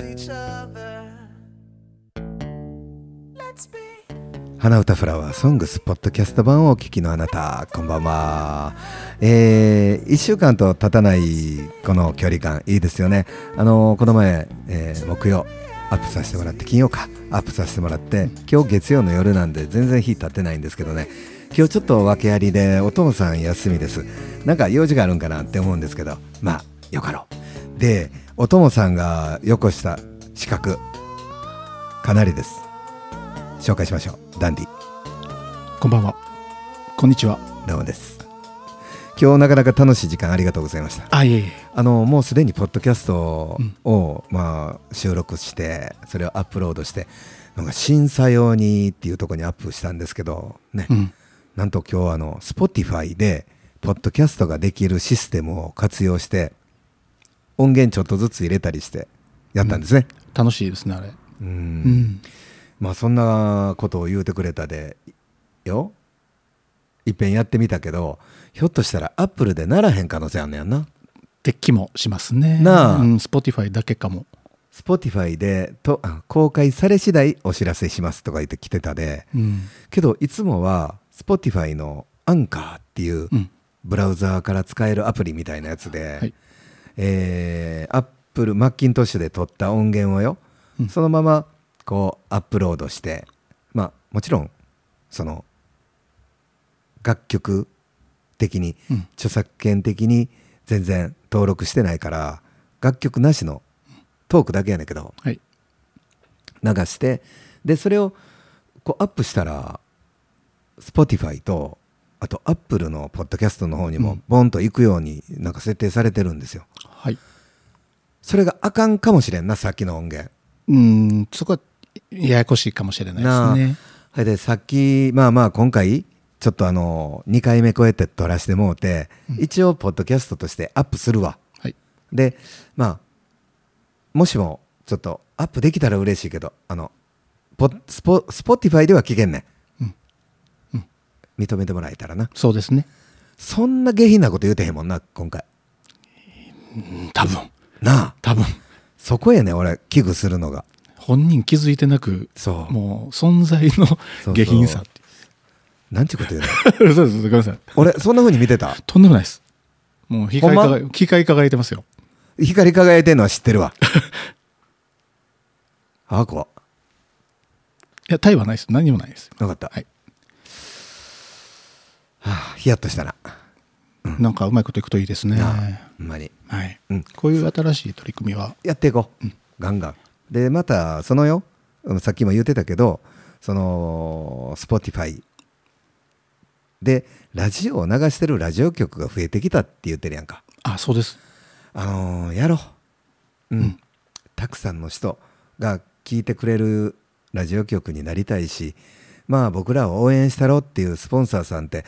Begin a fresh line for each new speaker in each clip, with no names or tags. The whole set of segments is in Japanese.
each other. Let's be
花歌フラワーソングスポッドキャスト版をお聞きのあなたこんばんは、え1週間と経たないこの距離感いいですよねあのこの前、えー木曜アップさせてもらって金曜かアップさせてもらって今日月曜の夜なんで全然日経ってないんですけどね今日ちょっと訳ありでお父さん休みですなんか用事があるんかなって思うんですけどまあよかろうでお父さんがよこした資格かなりです紹介しましょうダンディ
こんばんは。こんにちは。
どうもです今日なかなか楽しい時間ありがとうございました
あ、いえいえ。
あのもうすでにポッドキャストを、まあ、収録してそれをアップロードしてなんか審査用にっていうところにアップしたんですけどね、
うん。
なんと今日あの Spotify でポッドキャストができるシステムを活用して音源ちょっとずつ入れたりしてやったんですね、
楽しいですね、あれ。
うん
うん。
まあそんなことを言うてくれたでよいっぺんやってみたけどひょっとしたらアップルでならへん可能性あんのやんな
デッキもしますね。
なあ
うん、Spotify だけかも。
Spotify でとあ公開され次第お知らせしますとか言って来てたで
うん。
けどいつもは Spotify のアンカーっていう
うん。
ブラウザーから使えるアプリみたいなやつで、
はい
えー、Apple マッキントッシュで撮った音源をよ、
うん
そのままこうアップロードしてまあもちろんその楽曲的に、
うん
著作権的に全然登録してないから楽曲なしのトークだけやねんけど
はい。
流してでそれをこうアップしたら Spotify とあと Apple のポッドキャストの方に
う
も
ん
ボンと行くようになんか設定されてるんですよ。
はい。
それがあかんかもしれんなさっきの音源。
うん、そこはややこしいかもしれないですね。
それでさっきまあまあ今回ちょっとあの2回目超えて撮らしてもうて、一応ポッドキャストとしてアップするわ。
はい。
でまあもしもちょっとアップできたら嬉しいけどあのポスポスポティファイでは聞けんねん、
うんうん
認めてもらえたらな
そうですね。
そんな下品なこと言うてへんもんな今回
うん、多分。
なあ
多分。
そこやねん俺危惧するのが
本人気づいてなく、
そう
もう存在
そ
の
う
下品さっていう。
なんちゅうこと言うの
そう です。ごめんなさい。
俺そんな風に見てた
とんでもないです。もう光り
ほんま
輝い、光り輝いてますよ。
光り輝いてんのは知ってるわ あこ
いや、タイはないです。何にもないです。
わかった、
はい。
はあヒヤッとしたな
なんかうまいこといくといいですね。
なあほんまに
はい、
うん
こういう新しい取り組みは、
やっていこう、ガンガンでまたそのようんさっきも言ってたけどその Spotify でラジオを流してるラジオ局が増えてきたって言ってるやんか
あそうです。
あのーやろう、うんたくさんの人が聞いてくれるラジオ局になりたいしまあ僕らを応援したろっていうスポンサーさんって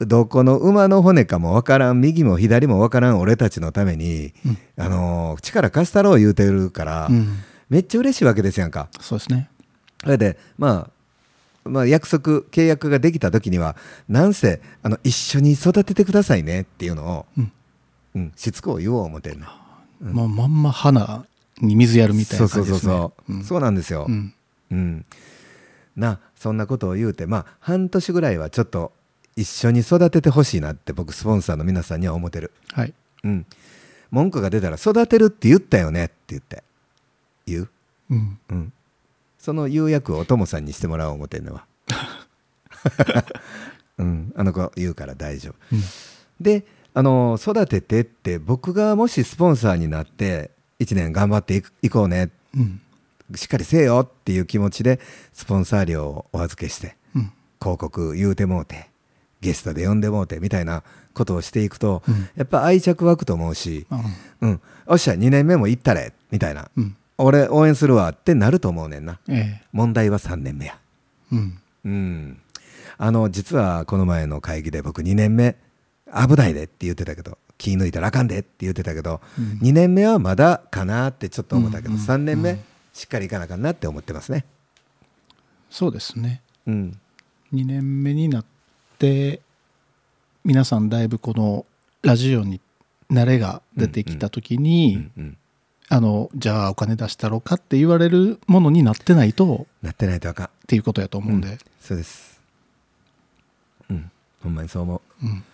どこの馬の骨かもわからん右も左もわからん俺たちのために、あのー力貸したろう言うてるから、
うん、
めっちゃ嬉しいわけですやんか。
そうですね。
それで、まあ、まあ約束契約ができた時にはなんせあの一緒に育ててくださいねっていうのを、
うん
うん、しつこう言おう思てんねん
もうまんま花に水やるみたいな感じです
そう
ね。
そうそうそう、
ん
そうなんですよ、う
うんん
なそんなことを言うてまあ半年ぐらいはちょっと一緒に育ててほしいなって僕スポンサーの皆さんには思ってる、
はい。
うん、文句が出たら「育てるって言ったよね」って言って言う、
うん、
うん、その言う役をお友さんにしてもらおう思ってんの は、うん、あの子言うから大丈夫
うん
であの育ててって僕がもしスポンサーになって1年頑張っていくいこうね
うん
しっかりせえよっていう気持ちでスポンサー料をお預けして
うん
広告言うてもうてゲストで呼んでもうてみたいなことをしていくと、
うん
やっぱ愛着湧くと思うし、
あ
うん、おっしゃ2年目も行ったれみたいな、
うん
俺応援するわってなると思うねんな
え
問題は3年目や
えうん
うんあの実はこの前の会議で僕2年目危ないでって言ってたけど気抜いたらあかんでって言ってたけど、
うん
2年目はまだかなってちょっと思ったけど、
うんうん
3年目しっかりいかなあかんなって思ってますね
そうですね。
うん
2年目になって、皆さんだいぶこのラジオに慣れが出てきたときに、
うん
あのじゃあお金出したろかって言われるものになってないと
なってないとあかん
っていうことやと思うんで、
そうですうんほんまにそう思う
うん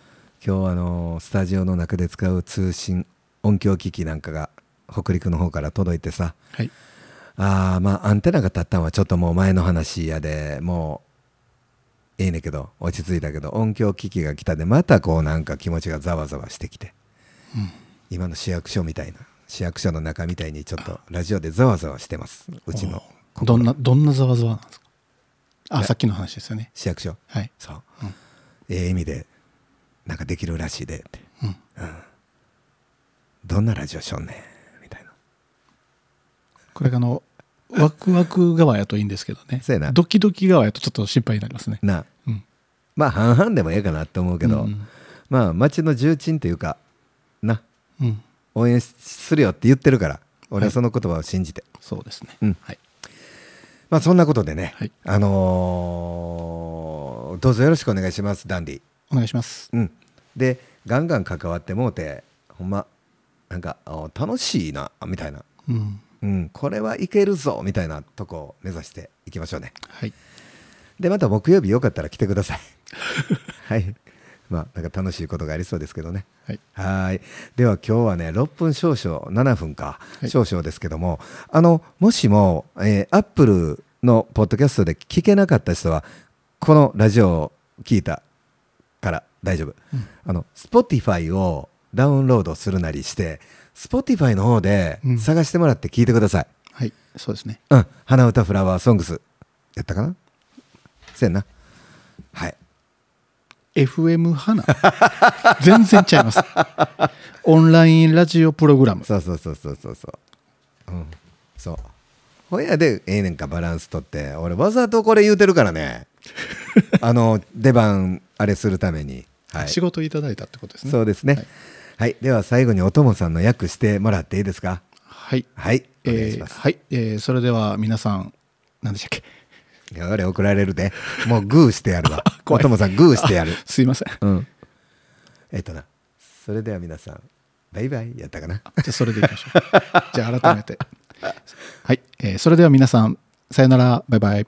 今日あのースタジオの中で使う通信音響機器なんかが北陸の方から届いてさ
はい
あーまあアンテナが立ったんはちょっともう前の話やでもうええねんけど落ち着いたけど音響機器が来たでまたこうなんか気持ちがざわざわしてきて
うん
今の市役所みたいな市役所の中みたいにちょっとラジオでざわざわしてますうちの
おどんなどんなざわざわなんですかあさっきの話ですよね
市役所
はい、
そう
うん
ええ意味でなんかできるらしいでって
うん、
どんなラジオしよんねんみたいな
これがあのワクワク側やといいんですけどね
そうやな
ドキドキ側やとちょっと心配になりますね
なあ
うん
まあ半々でもええかなって思うけど、
うん
まあ町の重鎮というかな
うん
応援するよって言ってるから俺は
は
いその言葉を信じて、
そうですね、
うん
はい
まあそんなことでね、
はい
あのーどうぞよろしくお願いしますダンディ
お願いします
うんでガンガン関わってもうてほんまなんかあ楽しいなみたいな、
うん
うん、これはいけるぞみたいなとこを目指していきましょうね
はい
でまた木曜日よかったら来てくださ いはいまあなんか楽しいことがありそうですけどね
はい
はい。では今日はね、6分少々、7分か、
はい
少々ですけども、あの、もしも、えー、Apple のポッドキャストで聞けなかった人は、このラジオを聞いたから大丈夫。
うん
あの、Spotify をダウンロードするなりして、Spotify の方で
うん
探してもらって聞いてください。
はいそうですね
うん。花歌フラワーソングス。やったかなせやんな。はい。
FM 花全然ちゃいますオンラインラジオプログラム
そうそうそうそうそうそううんそうほやでええねんかバランスとって俺わざとこれ言うてるから ねあの出番あれするためにはい
仕事いただいたってことですね
そうですねは
はいい、
では最後におともさんの役してもらっていいですか
はい
はいお
え
願いし
ー
ます、
はい、えーそれでは皆さん何でしたっけ
いや俺怒られるでもうグーしてやる わお
怖い
ともさんグーして やる
すいませんじ
うんえっとなそれでは皆さんバイバイやったかな
ゃあそれでいきましょうじゃあ改めてはい、えーそれでは皆さんさよならバイバイ